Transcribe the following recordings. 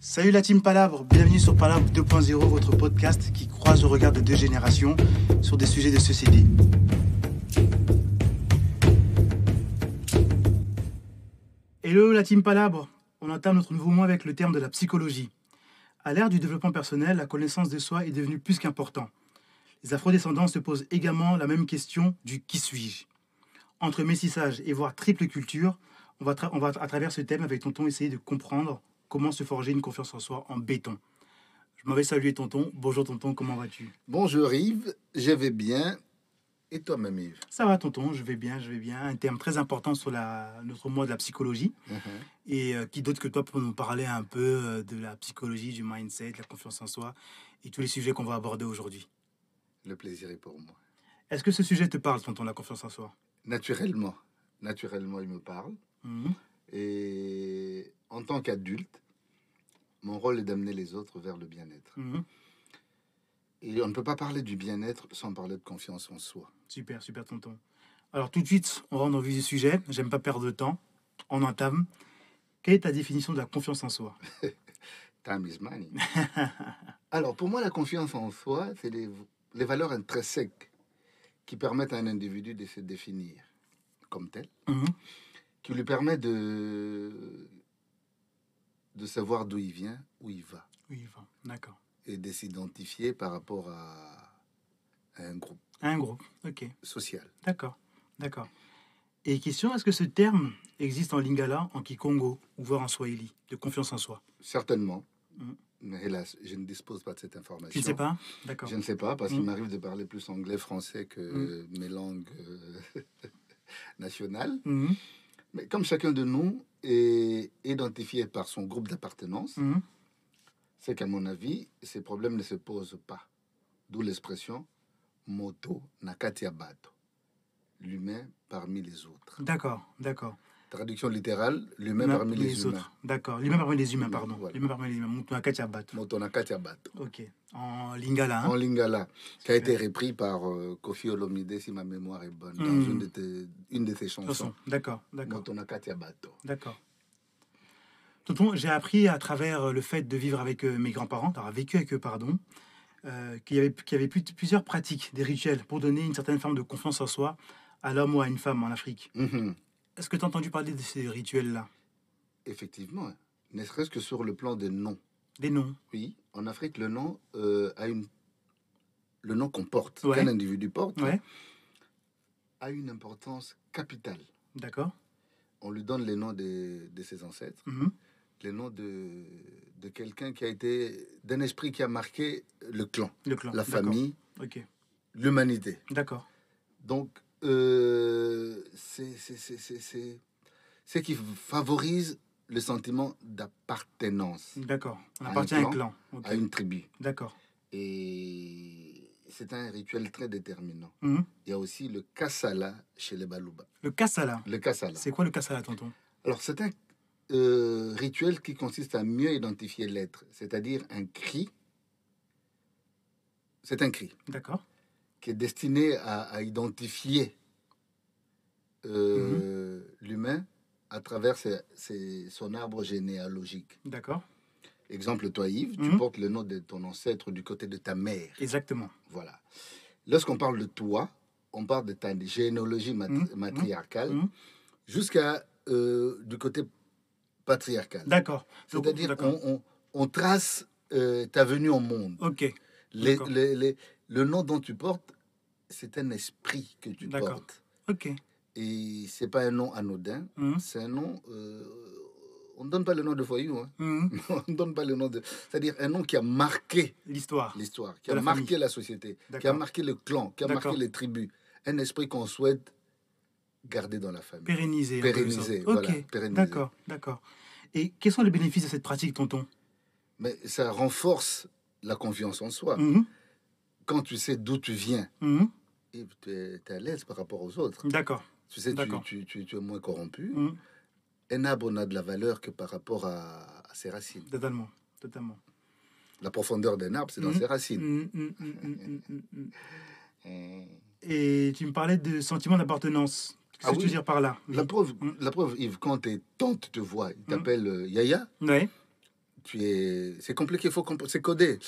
Salut la team Palabre, bienvenue sur Palabre 2.0, votre podcast qui croise le regard de deux générations sur des sujets de société. Hello la team Palabre, on entame notre nouveau mois avec le terme de la psychologie. À l'ère du développement personnel, la connaissance de soi est devenue plus qu'important. Les afrodescendants se posent également la même question du qui suis-je. Entre métissage et voire triple culture, on va, tra- on va à travers ce thème avec Tonton essayer de comprendre comment se forger une confiance en soi en béton. Je m'en vais saluer Tonton. Bonjour Tonton, comment vas-tu Bonjour Yves, je vais bien. Et toi-même Yves Ça va Tonton, je vais bien, je vais bien. Un thème très important sur la, notre mois de la psychologie. Et euh, qui d'autre que toi pour nous parler un peu euh, de la psychologie, du mindset, de la confiance en soi et tous les sujets qu'on va aborder aujourd'hui. Le plaisir est pour moi. Est-ce que ce sujet te parle, tonton, la confiance en soi Naturellement, naturellement il me parle. Mhm. Et en tant qu'adulte, mon rôle est d'amener les autres vers le bien-être. Mhm. Et on ne peut pas parler du bien-être sans parler de confiance en soi. Super, super tonton. Alors tout de suite, on rentre dans le vif du sujet. J'aime pas perdre de temps. On entame. Quelle est ta définition de la confiance en soi Time is money. Alors pour moi, la confiance en soi, c'est les, les valeurs intrinsèques qui permettent à un individu de se définir comme tel. Mhm. qui lui permet de, de savoir d'où il vient, où il va, Oui, enfin, d'accord. et de s'identifier par rapport à, à un groupe Un groupe, ok. social. D'accord, d'accord. Et question, est-ce que ce terme existe en Lingala, en Kikongo ou voire en Swahili, de confiance en soi Certainement, Mhm. mais hélas, je ne dispose pas de cette Tu information. ne sais pas D'accord. Je ne sais pas, parce qu'il Mhm. m'arrive de parler plus anglais, français que Mm. mes langues euh, nationales. Mhm, Mais comme chacun de nous est identifié par son groupe d'appartenance, mhm. c'est qu'à mon avis, ces problèmes ne se posent pas. D'où l'expression moto nakatiabato, l'humain parmi les autres. D'accord, d'accord. Traduction littérale, l'humain L'un parmi les, humains. D'accord. L'humain parmi les humains, pardon. Voilà. L'humain parmi les humains. Mutu Akachabat. Moto nakatiabato. Ok. En lingala. hein. En lingala, qui a Super. été repris par euh, Kofi Olomide, si ma mémoire est bonne, dans Mm. une, de tes- une de ses Hmm. chansons. Chanson. D'accord, d'accord. Moto nakatiabato. D'accord. Tonton, j'ai appris à travers euh, le fait de vivre avec euh, mes grands-parents, d'avoir vécu avec eux, pardon, euh, qu'il y avait, qu'il y avait plus- plusieurs pratiques, des rituels pour donner une certaine forme de confiance en soi à l'homme ou à une femme en Afrique. Mhm. Est-ce que tu as entendu parler de ces rituels-là Effectivement, hein. ne serait-ce que sur le plan des noms. Des noms Oui, en Afrique, le nom euh, a une... Le nom qu'on porte, Ouais. qu'un individu porte, Ouais, a une importance capitale. d'accord. On lui donne les noms de, de ses ancêtres, Mhm. les noms de, de quelqu'un qui a été, d'un esprit qui a marqué le clan, Le clan. la Ah, d'accord. famille, Ok, l'humanité. d'accord. Donc, euh, c'est c'est- c'est- c'est- c'est- c'est qui favorise le sentiment d'appartenance D'accord. On À un appartient à un clan, clan. Ok, à une tribu. D'accord. Et c'est un rituel très déterminant. Mhm. Il y a aussi le kassala chez les Balouba. Le kassala. Le kassala. C'est quoi le kassala, tonton Alors, c'est un euh, rituel qui consiste à mieux identifier l'être, c'est-à-dire un cri. C'est un cri D'accord. qui est destiné à, à identifier euh, l'humain à travers ses- ses- son arbre généalogique. D'accord. Exemple, toi Yves, tu Mhm. portes le nom de ton ancêtre du côté de ta mère. Exactement. Voilà. Lorsqu'on parle de toi, on parle de ta généalogie mat- Mhm. matriarcale Mhm. jusqu'à euh, du côté patriarcal. D'accord. Donc, C'est-à-dire d'accord. on, on, on trace euh, ta venue au monde. Ok, Les- d'accord. les- les- le nom dont tu portes, c'est un esprit que tu D'accord. portes. ok. Et c'est pas un nom anodin, Mhm. c'est un nom... euh, on ne donne pas le nom de Foyou, hein. Mhm. on ne donne pas le nom de... C'est-à-dire un nom qui a marqué L'histoire. l'histoire, qui De a la marqué famille. la société, qui a D'accord. marqué le clan, qui a D'accord. marqué les tribus. Un esprit qu'on souhaite garder dans la famille. Pérenniser. en quelque Pérenniser, sorte. voilà, Ok, pérenniser. d'accord, d'accord. Et quels sont les bénéfices de cette pratique, tonton Mais ça renforce la confiance en soi. Mhm, Quand tu sais d'où tu viens, mhm. et tu es, t'es à l'aise par rapport aux autres. D'accord. Tu sais, tu, D'accord. tu- tu- tu es moins corrompu. Mhm, Un arbre n'a de la valeur que par rapport à, à ses racines. Totalement. Totalement. La profondeur d'un arbre, c'est dans Mhm. ses racines. Mhm, mhm, mhm, mhm, mhm, mhm. Mm-hmm. Euh, Et tu me parlais de sentiment d'appartenance. Qu'est-ce Ah que tu veux oui. dire par là Oui. La preuve, Mhm. la preuve, Yves, quand tes tantes te voient, ils Mhm. t'appellent euh, Yaya, Ouais. tu es. C'est compliqué, faut comp- c'est codé.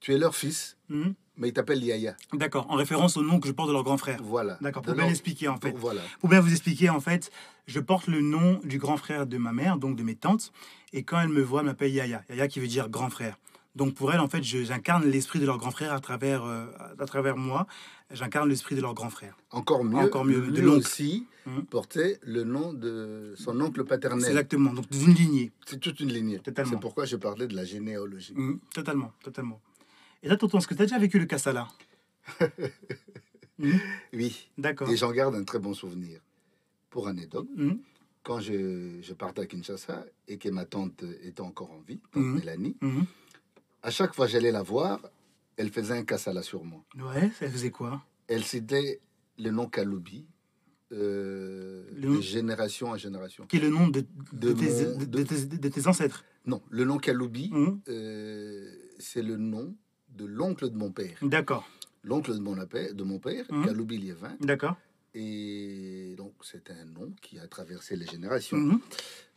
Tu es leur fils, Mhm. mais ils t'appellent Yaya. D'accord, en référence au nom que je porte de leur grand frère. Voilà. D'accord, De pour bien leur- expliquer en fait. pour- Voilà. Pour bien vous expliquer, en fait, je porte le nom du grand frère de ma mère, donc de mes tantes, et quand elle me voit, elle m'appelle Yaya. Yaya qui veut dire grand frère. Donc pour elle, en fait, je- j'incarne l'esprit de leur grand frère à travers, euh, à travers moi. J'incarne l'esprit de leur grand frère. Encore mieux. Encore mieux, de Lui l'oncle. aussi Mhm. portait le nom de son oncle C'est paternel. exactement, donc d'une lignée. C'est toute une lignée. Totalement. C'est pourquoi je parlais de la généalogie. Mhm, Totalement, totalement. Et là, tonton, est-ce que tu as déjà vécu le Kassala Mhm, Oui. D'accord. Et j'en garde un très bon souvenir. Pour anecdote, Mhm, quand je, je partais à Kinshasa et que ma tante était encore en vie, tante Mhm. Mélanie, mhm. à chaque fois que j'allais la voir, elle faisait un cassala sur moi. Ouais, ça faisait quoi Elle citait le nom Kaloubi, euh, Le nom- de génération en génération. Qui est le nom de, de De tes, mon- de- de- de tes- de tes ancêtres Non, le nom Kaloubi, Mhm, euh, c'est le nom de l'oncle de mon père. D'accord, L'oncle de mon, appel- de mon père, Mhm. Kaloubi Liévin, d'accord. et donc c'est un nom qui a traversé les générations. Mhm,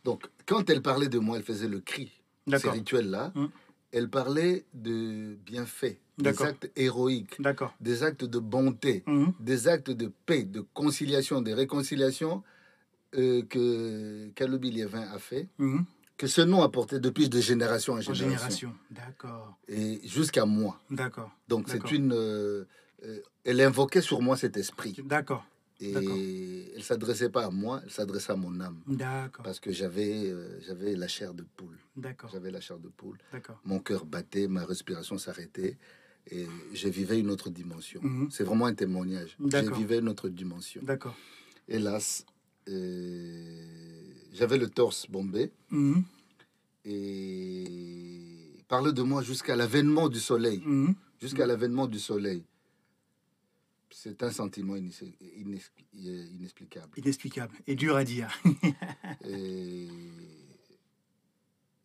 Donc, quand elle parlait de moi, elle faisait le cri. Ces D'accord, rituels-là, Mhm. elle parlait de bienfaits, des D'accord. actes héroïques, d'accord. des actes de bonté, Mhm. des actes de paix, de conciliation, de réconciliation euh, que Kaloubi Liévin a fait, Mhm. que ce nom a porté depuis de génération en En génération, génération. D'accord, et jusqu'à moi. d'accord, Donc, c'est D'accord. une. euh, euh, elle invoquait sur moi cet esprit. d'accord, Et D'accord. elle s'adressait pas à moi, elle s'adressait à mon âme. d'accord, Parce que j'avais euh, j'avais la chair de poule. Ah. d'accord, J'avais la chair de poule. d'accord. Mon cœur battait, ma respiration s'arrêtait. Et je vivais une autre dimension. Mhm. C'est vraiment un témoignage. Je D'accord. vivais une autre dimension. D'accord. Hélas, euh, j'avais le torse bombé. Mhm, Et parle de moi jusqu'à l'avènement du soleil. mhm. Jusqu'à Mhm. l'avènement du soleil. C'est un sentiment inis- inis- inexplicable. Inexplicable et dur à dire. Et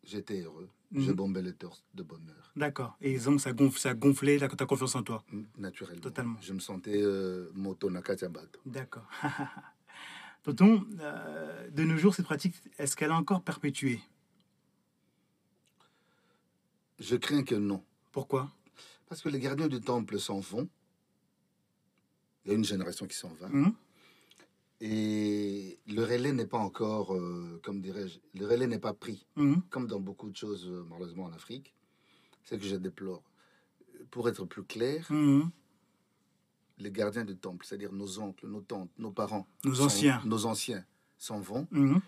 j'étais heureux. Mhm. Je bombais le torse de bonheur, D'accord. Et donc, ça, gonfle, ça gonflait ta, ta confiance en toi. n- naturellement. Totalement. Je me sentais euh, moto nakatiabato. D'accord. Tonton, euh, de nos jours, cette pratique, est-ce qu'elle a encore perpétué Je crains que non. Pourquoi Parce que les gardiens du temple s'en vont. Il y a une génération qui s'en va. Mhm. Et le relais n'est pas encore, euh, comme dirais-je, le relais n'est pas pris. Mhm. Comme dans beaucoup de choses, euh, malheureusement, en Afrique. C'est que je déplore. Pour être plus clair, Mhm. les gardiens du temple, c'est-à-dire nos oncles, nos tantes, nos parents, Nos s'en- anciens. nos anciens s'en vont. Mhm.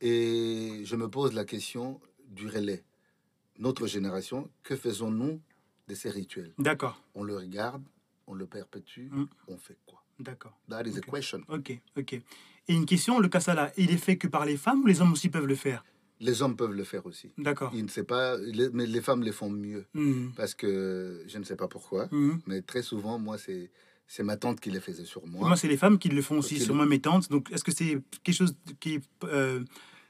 Et je me pose la question du relais. Notre génération, que faisons-nous de ces rituels D'accord, On le regarde, on le perpétue, Mm. on fait quoi d'accord. That is Ok. a question. Ok, ok. Et une question, le kassala, il est fait que par les femmes ou les hommes aussi peuvent le faire Les hommes peuvent le faire aussi. D'accord. Il ne sait pas, les- mais les femmes les font mieux Mhm. parce que je ne sais pas pourquoi, Mhm. mais très souvent, moi, c'est c'est ma tante qui les faisait sur Pour moi, moi. c'est les femmes qui le font aussi, Parce que sur le- moi, mes tantes. Donc, est-ce que c'est quelque chose qui est, euh,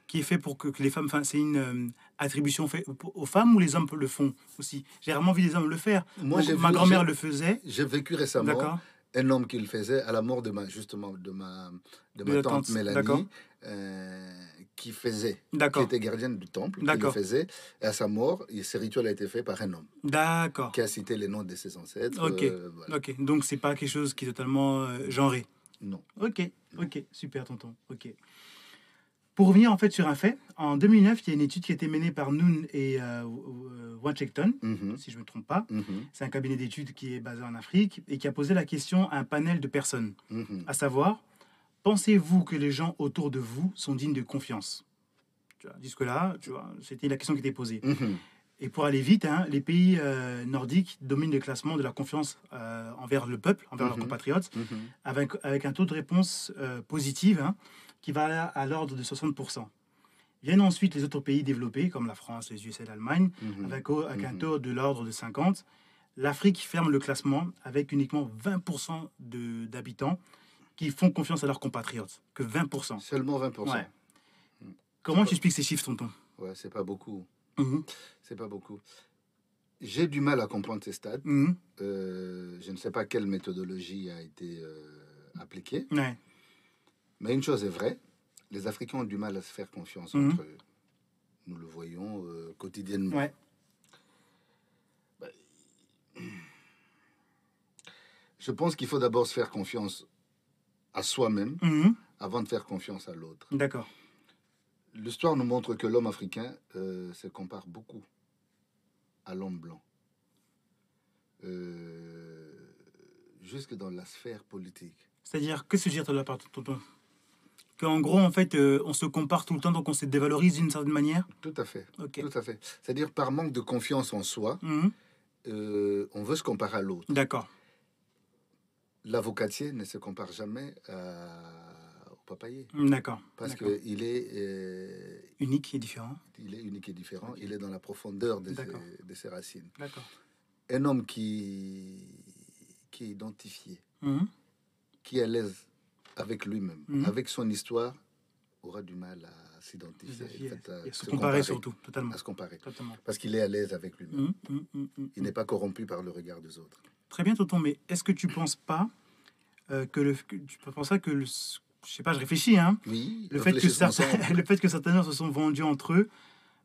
qui est fait pour que, que les femmes. Enfin, c'est une euh, attribution faite aux- aux femmes ou les hommes le font aussi J'ai rarement vu les hommes le faire. Moi, Donc, j'ai ma vu- grand-mère j'ai- le faisait. J'ai vécu récemment D'accord un homme qui le faisait à la mort de ma justement de ma de ma la tante, tante, d'accord. Mélanie euh, qui faisait qui D'accord. était gardienne du temple qui le D'accord. faisait et à sa mort il- ce rituel a été fait par un homme D'accord. qui a cité les noms de ses ancêtres Ok. euh, voilà. Ok. Donc, c'est pas quelque chose qui est totalement euh, genré. non Ok, ok, super tonton, ok. Pour revenir en fait sur un fait, en 2009, il y a une étude qui a été menée par Noon et euh, euh, Washington, Mhm, si je ne me trompe pas. mhm, C'est un cabinet d'études qui est basé en Afrique et qui a posé la question à un panel de personnes, mhm. à savoir, pensez-vous que les gens autour de vous sont dignes de confiance Tu vois, Jusque-là, tu vois, c'était la question qui était posée. Mhm. Et pour aller vite, hein, les pays euh, nordiques dominent le classement de la confiance euh, envers le peuple, envers leurs Mhm. compatriotes, Mhm. avec, avec un taux de réponse euh, positive hein, qui va à, à l'ordre de 60%. Viennent ensuite les autres pays développés, comme la France, les USA et l'Allemagne, Mhm. avec, au- avec un Mhm. taux de l'ordre de 50%. L'Afrique ferme le classement avec uniquement 20% de- d'habitants qui font confiance à leurs compatriotes. Que 20%. seulement 20% Ouais. ouais, Mmh. Comment pas- tu expliques ces chiffres, tonton c'est pas beaucoup Mhm, c'est pas beaucoup j'ai du mal à comprendre ces stats mhm, Euh, je ne sais pas quelle méthodologie a été euh, appliquée Mmh. ouais, Mais une chose est vraie, les Africains ont du mal à se faire confiance Mhm. entre eux. Nous le voyons euh, quotidiennement. Ouais. Bah, Je pense qu'il faut d'abord se faire confiance à soi-même Mhm. avant de faire confiance à l'autre. D'accord. L'histoire nous montre que l'homme africain euh, se compare beaucoup à l'homme blanc. Euh, jusque dans la sphère politique. C'est-à-dire, que se dire de la part de tonton Qu'en gros, en fait, euh, on se compare tout le temps, donc on se dévalorise d'une certaine manière Tout à fait, Ok. tout à fait. C'est-à-dire par manque de confiance en soi, Mhm. euh, on veut se comparer à l'autre. D'accord. L'avocatier ne se compare jamais à- au papayer Mmh. D'accord. parce D'accord. qu'il est, euh, Unique et différent. il est unique et différent. Il est dans la profondeur de D'accord. ses- de ses racines. D'accord. Un homme qui, qui est identifié Mhm. qui est à l'aise avec lui-même, Mhm. avec son histoire, aura du mal à s'identifier, Identifier en fait, à, Et euh, se comparer surtout, totalement. à se comparer, Totalement. parce qu'il est à l'aise avec lui-même. Mhm, mhm, mhm, mhm. Il n'est pas corrompu par le regard des autres. Très bien, Tonton, mais est-ce que tu penses pas euh, que le. que tu penses ça que le. Je sais pas, je réfléchis, hein. Oui, Le fait, que réfléchissons certains, ensemble. le fait que certains gens se sont vendus entre eux,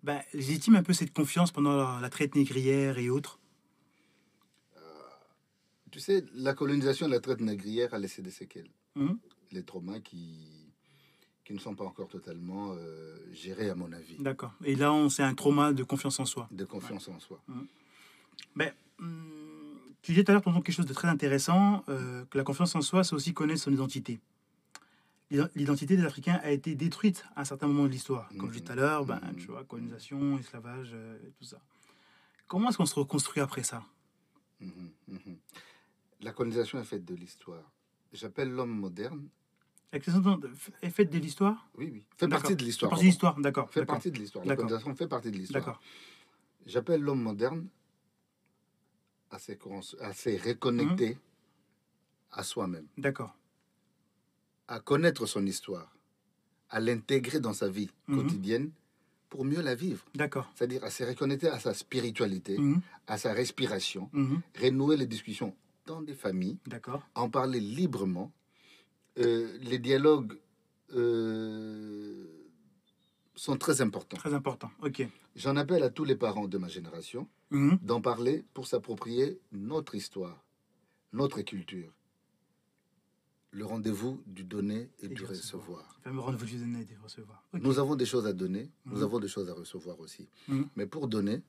bah, légitime un peu cette confiance pendant la, la traite négrière et autres. tu sais, la colonisation de la traite négrière a laissé des séquelles, Mhm. les traumas qui qui ne sont pas encore totalement euh, gérés, à mon avis, D'accord. Et là, on c'est un trauma de confiance en soi. de confiance en soi. Ben, hum, tu disais tout à l'heure pendant quelque chose de très intéressant, euh, que la confiance en soi, c'est aussi connaître son identité. L'iden- L'identité des Africains a été détruite à un certain moment de l'histoire. Comme je disais tout à l'heure, ben, Mhm. tu vois, colonisation, esclavage, euh, et tout ça. Comment est-ce qu'on se reconstruit après ça Mhm, mhm. La colonisation est faite de l'histoire. J'appelle l'homme moderne, La question de- est faite de l'histoire oui, oui, fait D'accord. partie de l'histoire. Partie de l'histoire, d'accord. fait d'accord, partie de l'histoire. La D'accord. colonisation fait partie de l'histoire. D'accord. J'appelle l'homme moderne à se, con- à se Hum. reconnecter à soi-même, D'accord. à connaître son histoire, à l'intégrer dans sa vie Mhm. quotidienne pour mieux la vivre. D'accord. C'est-à-dire à se reconnecter à sa spiritualité, Mhm, à sa respiration, mhm, renouer les discussions dans des familles, D'accord. en parler librement. Euh, les dialogues euh, sont très importants. Très important. Ok. J'en appelle à tous les parents de ma génération Mhm, d'en parler pour s'approprier notre histoire, notre culture. Le rendez-vous du donner et, du recevoir. Fameux rendez-vous du donner et du recevoir. Ok. Nous avons des choses à donner, nous Mhm. avons des choses à recevoir aussi. Mhm. Mais pour donner,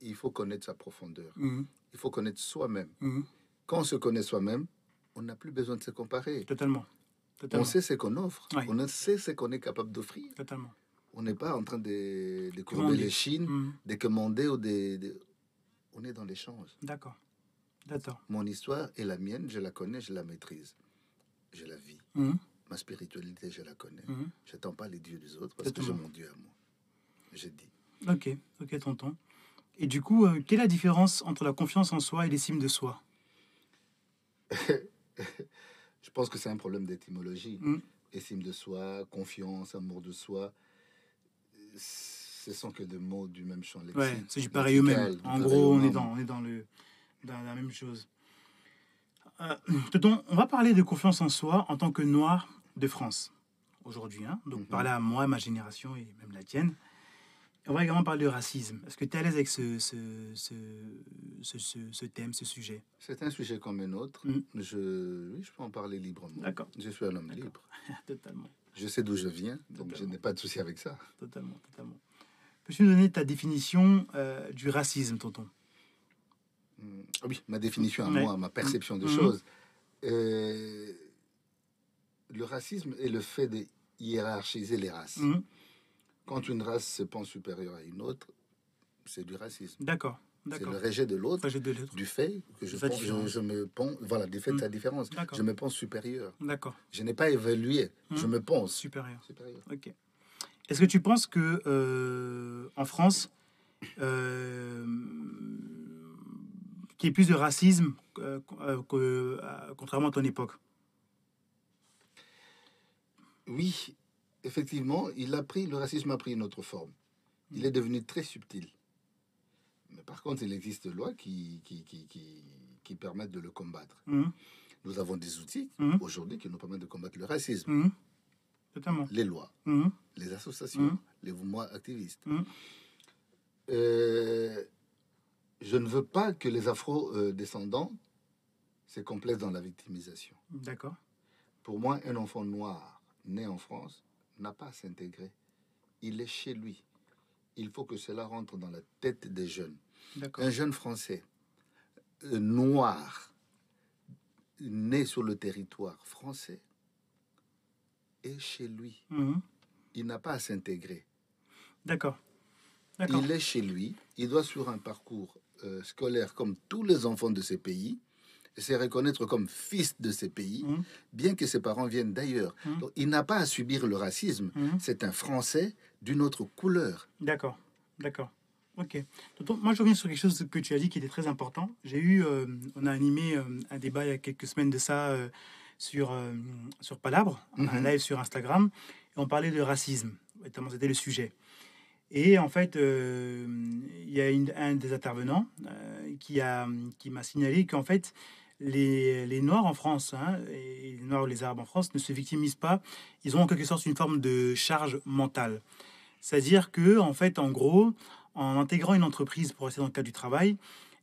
il faut connaître sa profondeur. Mhm, Il faut connaître soi-même. mhm, Quand on se connaît soi-même, on n'a plus besoin de se comparer. Totalement. On Totalement. sait ce qu'on offre, Ouais. on sait ce qu'on est capable d'offrir. Totalement. On n'est pas en train de, de courber Commander. les chines, Mhm. de commander ou de- de... On est dans l'échange. D'accord. D'accord. Mon histoire est la mienne, je la connais, je la maîtrise. Je la vis. Mhm, Ma spiritualité, je la connais. mhm. Je n'attends pas les dieux des autres parce que j'ai Exactement. mon Dieu à moi. Je dis. Ok, ok, tonton. Et du coup, euh, quelle est la différence entre la confiance en soi et l'estime de soi Je pense que c'est un problème d'étymologie. Mm. Estime de soi, confiance, amour de soi, euh, ce sont que des mots du même champ lexique. Ouais, c'est du pareil au même. lexical, En du gros, pareil au on est même. dans, on est dans, le, dans la même chose. Euh, tonton, on va parler de confiance en soi en tant que noir de France aujourd'hui. hein. Donc, Mhm. parler à moi, ma génération et même la tienne. Et on va également parler de racisme. Est-ce que tu es à l'aise avec ce, ce, ce, ce, ce- ce thème, ce sujet C'est un sujet comme un autre. Mm. Je, oui, je peux en parler librement. D'accord. Je suis un homme D'accord. libre. Totalement, Je sais d'où je viens, donc je Totalement. n'ai pas de souci avec ça. totalement, totalement. Peux-tu nous donner ta définition euh, du racisme, tonton Mm. Ah Oui, ma définition à Ouais. moi, ma perception de Mhm. choses. Euh, le racisme est le fait de hiérarchiser les races. Mhm. Quand une race se pense supérieure à une autre, c'est du racisme. D'accord, C'est d'accord. le rejet de l'autre Enfin, j'ai deux lettres. du fait que je, Sa pense- je, différence. je me pense, voilà, du fait de Mhm. sa différence, D'accord. je me pense supérieur. D'accord, Je n'ai pas évalué, je Mhm. me pense supérieur. supérieur. Ok. Est-ce que tu penses que euh, en France, euh, qu'il y ait plus de racisme euh, qu- euh, que, euh, contrairement à ton époque Oui, effectivement, il a pris, le racisme a pris une autre forme. Il Mhm. est devenu très subtil. Mais par contre, il existe des lois qui, qui, qui, qui, qui permettent de le combattre. Mhm, Nous avons des outils Mhm. aujourd'hui qui nous permettent de combattre le racisme. mhm. mmh. Totalement. Les lois, Mhm, les associations, Mhm. les mouvements activistes. Mm. Euh, je ne veux pas que les afro-descendants se complaisent dans la victimisation. D'accord. Pour moi, un enfant noir né en France n'a pas à s'intégrer. Il est chez lui. Il faut que cela rentre dans la tête des jeunes. D'accord. Un jeune français euh, noir né sur le territoire français est chez lui. Mhm. Il n'a pas à s'intégrer. D'accord. D'accord. Il est chez lui. Il doit suivre un parcours euh, scolaire comme tous les enfants de ces pays et se reconnaître comme fils de ces pays, Mhm. bien que ses parents viennent d'ailleurs. Mhm. Donc, Il n'a pas à subir le racisme. Mhm. C'est un Français d'une autre couleur. D'accord, d'accord. Ok. D'autant- moi, je reviens sur quelque chose que tu as dit qui était très important. J'ai eu, euh, on a animé euh, un débat il y a quelques semaines de ça euh, sur, euh, sur Palabre, un Mhm. live sur Instagram, et on parlait de racisme. Notamment, c'était le sujet. Et en fait, euh, il y a une- un des intervenants euh, qui a qui m'a signalé qu'en fait, les, les Noirs en France, hein, et les Noirs ou les Arabes en France, ne se victimisent pas. Ils ont en quelque sorte une forme de charge mentale. C'est-à-dire que, en fait, en gros, en intégrant une entreprise pour rester dans le cadre du travail,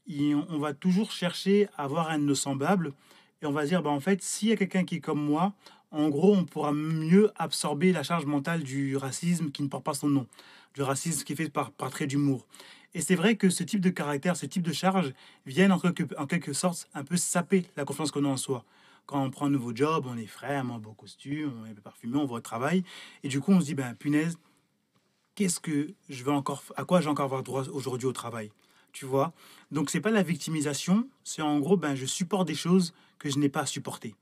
il- on va toujours chercher à avoir un de nos semblables et on va se dire, bah, en fait, s'il y a quelqu'un qui est comme moi, en gros, on pourra mieux absorber la charge mentale du racisme qui ne porte pas son nom, du racisme qui est fait par, par trait d'humour. Et c'est vrai que ce type de caractère, ce type de charge viennent en quelque, en quelque sorte un peu saper la confiance qu'on a en soi. Quand on prend un nouveau job, on est frais, on met un beau costume, on est parfumé, on va au travail. Et du coup, on se dit, ben, punaise, qu'est-ce que je vais encore, à quoi j'ai encore avoir droit aujourd'hui au travail, tu vois. Donc c'est pas la victimisation, c'est en gros, ben je supporte des choses que je n'ai pas supportées.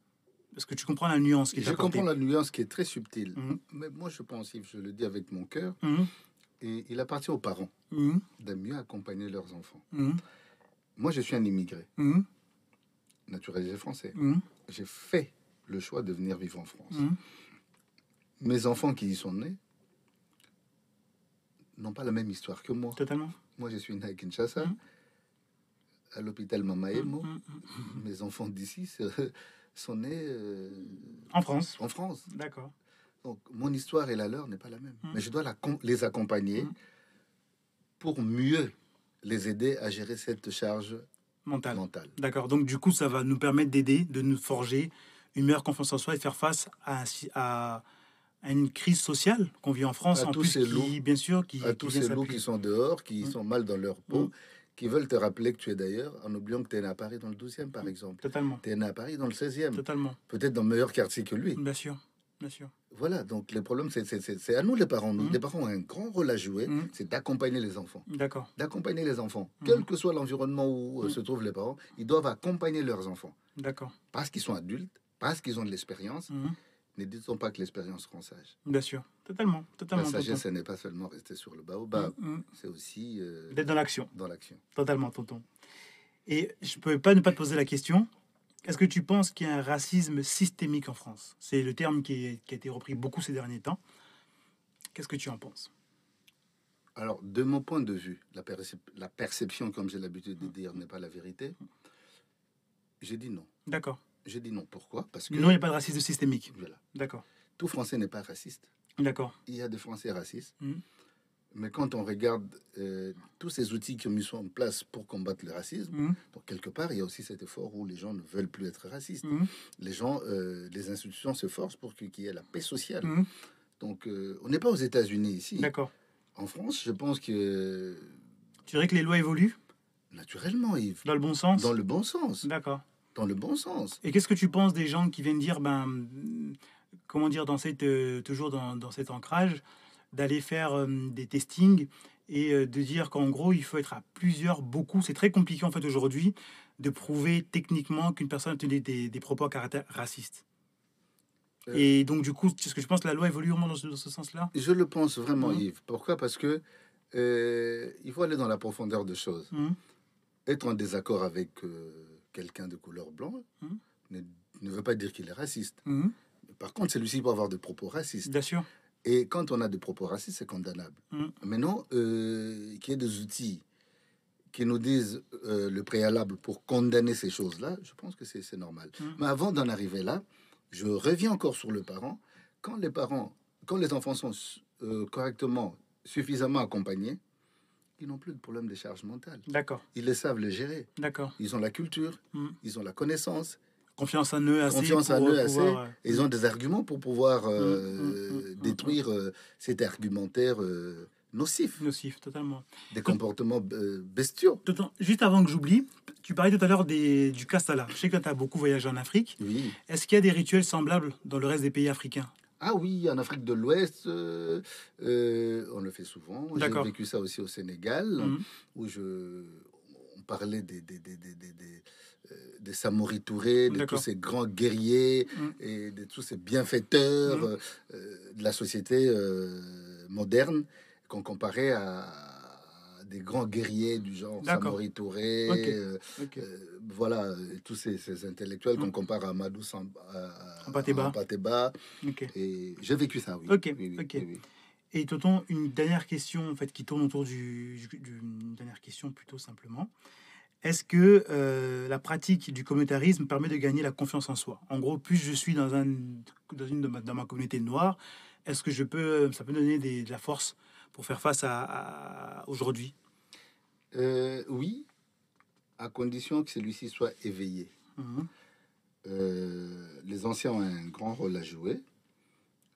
Parce que tu comprends la nuance qui est Je apportée. comprends la nuance qui est très subtile. Mhm. Mais moi, je pense, Yves, je le dis avec mon cœur, Mhm, et il appartient aux parents mhm, de mieux accompagner leurs enfants. mhm, Moi, je suis un immigré, mhm, naturalisé français. mhm, J'ai fait le choix de venir vivre en France. mhm. Mes enfants qui y sont nés n'ont pas la même histoire que moi. Totalement. Moi, je suis né à Kinshasa, Mhm. à l'hôpital Mamaemo. Mhm, mhm. Mes enfants d'ici se- sont nés euh, En France. en France. D'accord. Donc, mon histoire et la leur n'est pas la même. Mhm. Mais je dois la com- les accompagner Mhm. pour mieux les aider à gérer cette charge Mental. mentale. D'accord. Donc du coup, ça va nous permettre d'aider, de nous forger une meilleure confiance en soi et de faire face à, un si- à- à une crise sociale qu'on vit en France, À en tous plus ces qui, bien sûr, qui, à qui tous vient ces loups s'appuyer. qui sont dehors, qui Mm. sont mal dans leur peau, Mm. qui veulent te rappeler que tu es d'ailleurs, en oubliant que tu es né à Paris dans le 12e, Mmh. par exemple. Totalement. Tu es né à Paris dans le 16e, Totalement. peut-être dans le meilleur quartier que lui. Bien sûr. Bien sûr. Voilà, donc le problème, c'est- c'est c'est- c'est à nous les parents. Nous, Mm. les parents ont un grand rôle à jouer, Mm. c'est d'accompagner les enfants. D'accord. D'accompagner les enfants, Mm. quel que soit l'environnement où euh, Mm. se trouvent les parents, ils doivent accompagner leurs enfants. D'accord. Parce qu'ils sont adultes, parce qu'ils ont de l'expérience. Mhm. Ne disons pas que l'expérience rend sage. Bien sûr. Totalement. La Totalement. sagesse, tonton. ce n'est pas seulement rester sur le baobab, Mhm. c'est aussi euh, D'être dans l'action. dans l'action. Totalement, tonton. Et je ne peux pas ne pas te poser la question. Est-ce que tu penses qu'il y a un racisme systémique en France C'est le terme qui, est- qui a été repris beaucoup ces derniers temps. Qu'est-ce que tu en penses Alors, de mon point de vue, la, percep- la perception, comme j'ai l'habitude Mmh. de dire, n'est pas la vérité. J'ai dit non. D'accord. J'ai dit non. Pourquoi Parce que Non, il n'y a pas de racisme systémique. voilà, D'accord. tout Français n'est pas raciste. D'accord. Il y a des Français racistes. Mhm. Mais quand on regarde euh, tous ces outils qui ont mis en place pour combattre le racisme, Mhm. donc quelque part, il y a aussi cet effort où les gens ne veulent plus être racistes. Mhm. Les gens, euh, les institutions se forcent pour que- qu'il y ait la paix sociale. Mhm. Donc, euh, on n'est pas aux États-Unis ici. D'accord. En France, je pense que Tu dirais que les lois évoluent naturellement, Yves, dans le bon sens dans le bon sens, D'accord. dans le bon sens. Et qu'est-ce que tu penses des gens qui viennent dire, ben, comment dire, dans cette, euh, toujours dans, dans cet ancrage, d'aller faire euh, des testings et euh, de dire qu'en gros, il faut être à plusieurs, beaucoup. C'est très compliqué en fait aujourd'hui de prouver techniquement qu'une personne a tenu des, des propos à caractère raciste. Euh. Et donc du coup, est-ce que je pense que la loi évolue vraiment dans ce, dans ce sens-là Je le pense vraiment, Mhm. Yves. Pourquoi Parce que euh, il faut aller dans la profondeur de choses. Mhm. Être en désaccord avec euh, quelqu'un de couleur blanc Mhm. ne, ne veut pas dire qu'il est raciste. Mhm. Par contre, celui-ci peut avoir des propos racistes. Bien sûr. Et quand on a des propos racistes, c'est condamnable. Mhm. Maintenant, euh, qu'il y ait des outils qui nous disent euh, le préalable pour condamner ces choses-là, je pense que c'est c'est normal. Mhm. Mais avant d'en arriver là, je reviens encore sur le parent. Quand les parents, quand les enfants sont euh, correctement suffisamment accompagnés, ils n'ont plus de problème de charge mentale. D'accord, Ils le savent le gérer. d'accord. Ils ont la culture, Mm. ils ont la connaissance, Confiance en eux assez. Confiance pour, en eux euh, assez. pouvoir, euh, et ils ont des arguments pour pouvoir euh, Mm, mm, mm, mm, détruire euh, cet argumentaire euh, nocif, Nocif, totalement. des comportements euh, bestiaux. D'autant- Juste avant que j'oublie, tu parlais tout à l'heure des- du Kastala. Je sais que tu as beaucoup voyagé en Afrique. Oui. Est-ce qu'il y a des rituels semblables dans le reste des pays africains Ah oui, en Afrique de l'Ouest, euh, euh, on le fait souvent. J'ai D'accord. vécu ça aussi au Sénégal, Mhm. où je, on parlait des, des, des, des, des, des, euh, des Samori Touré, de tous D'accord. ces grands guerriers Mhm. et de tous ces bienfaiteurs Mhm. euh, euh, de la société euh, moderne qu'on comparait à des grands guerriers du genre D'accord. Samori Touré, Ok. euh, Ok. euh, voilà, euh, tous ces, ces intellectuels qu'on Mhm. compare à Amadou Sam- à- Ampateba. à Ampateba. Ok. Et j'ai vécu ça, oui. Ok, Oui, oui, ok. oui, oui. Et Tonton, une dernière question en fait, qui tourne autour du, du- du- une dernière question plutôt simplement. Est-ce que euh, la pratique du communautarisme permet de gagner la confiance en soi En gros, plus je suis dans, un, dans, une, de ma- dans ma communauté noire, est-ce que je peux, ça peut me donner des- de la force pour faire face à, à- aujourd'hui Euh, oui, à condition que celui-ci soit éveillé. Mhm. Euh, les anciens ont un grand rôle à jouer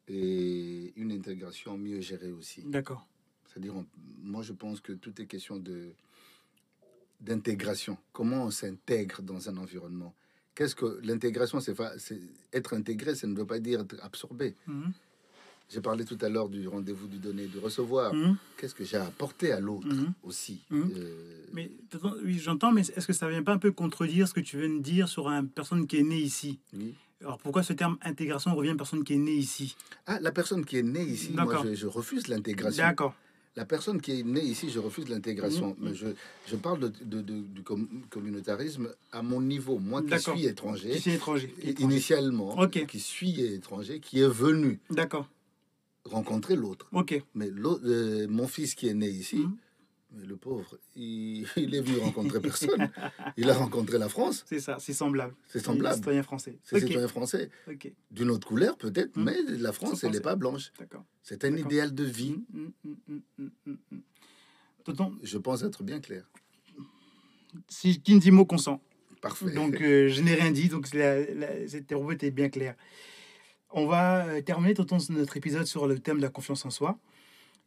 et une intégration mieux gérée aussi. D'accord. C'est-à-dire, on- moi, je pense que tout est question de d'intégration. Comment on s'intègre dans un environnement Qu'est-ce que l'intégration C'est fa- c'est- être intégré, ça ne veut pas dire être absorbé. Mhm. J'ai parlé tout à l'heure du rendez-vous du donner, et du recevoir. Mhm. Qu'est-ce que j'ai apporté à l'autre Mhm. aussi Mhm. Euh, Mais Tonton, oui, j'entends, mais est-ce que ça vient pas un peu contredire ce que tu viens de dire sur une personne qui est née ici oui. Alors pourquoi ce terme intégration revient à une personne qui est née ici Ah, la personne qui est née ici, moi, D'accord. je, je refuse l'intégration. D'accord. La personne qui est née ici, je refuse l'intégration. Mhm. Mais je, je parle de, de- de- du com- communautarisme à mon niveau. Moi qui D'accord. suis étranger, Qui c'est étranger. étranger. initialement, Ok. qui suis étranger, qui est venu D'accord. rencontrer l'autre. Ok. Mais l'au- euh, mon fils qui est né ici, Mhm. mais le pauvre, il, il est venu rencontrer personne. Il a rencontré la France, C'est ça, c'est semblable. c'est Les semblable. citoyens français. C'est Ok. citoyen français, Ok. d'une autre couleur peut-être, Mhm. mais la France, elle n'est français. pas blanche. D'accord. C'est un D'accord. idéal de vie. Mm, mm, mm, mm, mm, mm, mm. Tonton, Je pense être bien clair. si je qui ne dit mot consent. Parfait. Donc euh, je n'ai rien dit. Donc c'est la- la- cette robot était bien claire. On va euh, terminer tonton, notre épisode sur le thème de la confiance en soi.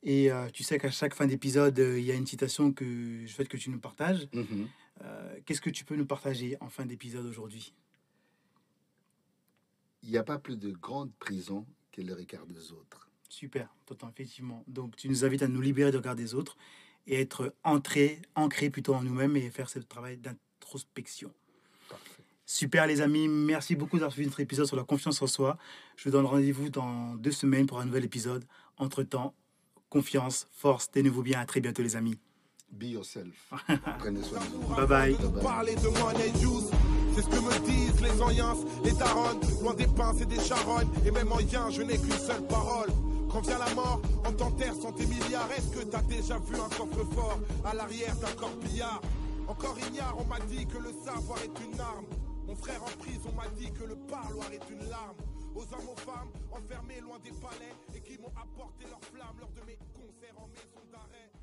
Et euh, tu sais qu'à chaque fin d'épisode, euh, il y a une citation que je souhaite que tu nous partages. Mhm. Euh, Qu'est-ce que tu peux nous partager en fin d'épisode aujourd'hui Il n'y a pas plus de grande prison que le regard des autres. Super, Tonton, effectivement. Donc, tu nous invites à nous libérer du regard des autres et à être ancrés, ancrés plutôt en nous-mêmes et faire ce travail d'introspection. Parfait. Super, les amis. Merci beaucoup d'avoir suivi notre épisode sur la confiance en soi. Je vous donne rendez-vous dans deux semaines pour un nouvel épisode. Entre-temps, confiance, force, tenez-vous bien. À très bientôt, les amis. Be yourself. Prenez soin de vous. Bye bye. de parler de money juice. C'est ce que me disent les anciens, les darons, loin des pinces et des charognes. Et même en yin, je n'ai qu'une seule parole. Quand vient la mort, on t'enterre sans tes milliards. Est-ce que t'as déjà vu un coffre-fort à l'arrière d'un corbillard Encore ignare, on m'a dit que le savoir est une arme. Mon frère en prise, on m'a dit que le parloir est une larme. Aux hommes, aux femmes, enfermés loin des palais et qui m'ont apporté leur flamme lors de mes concerts en maison d'arrêt.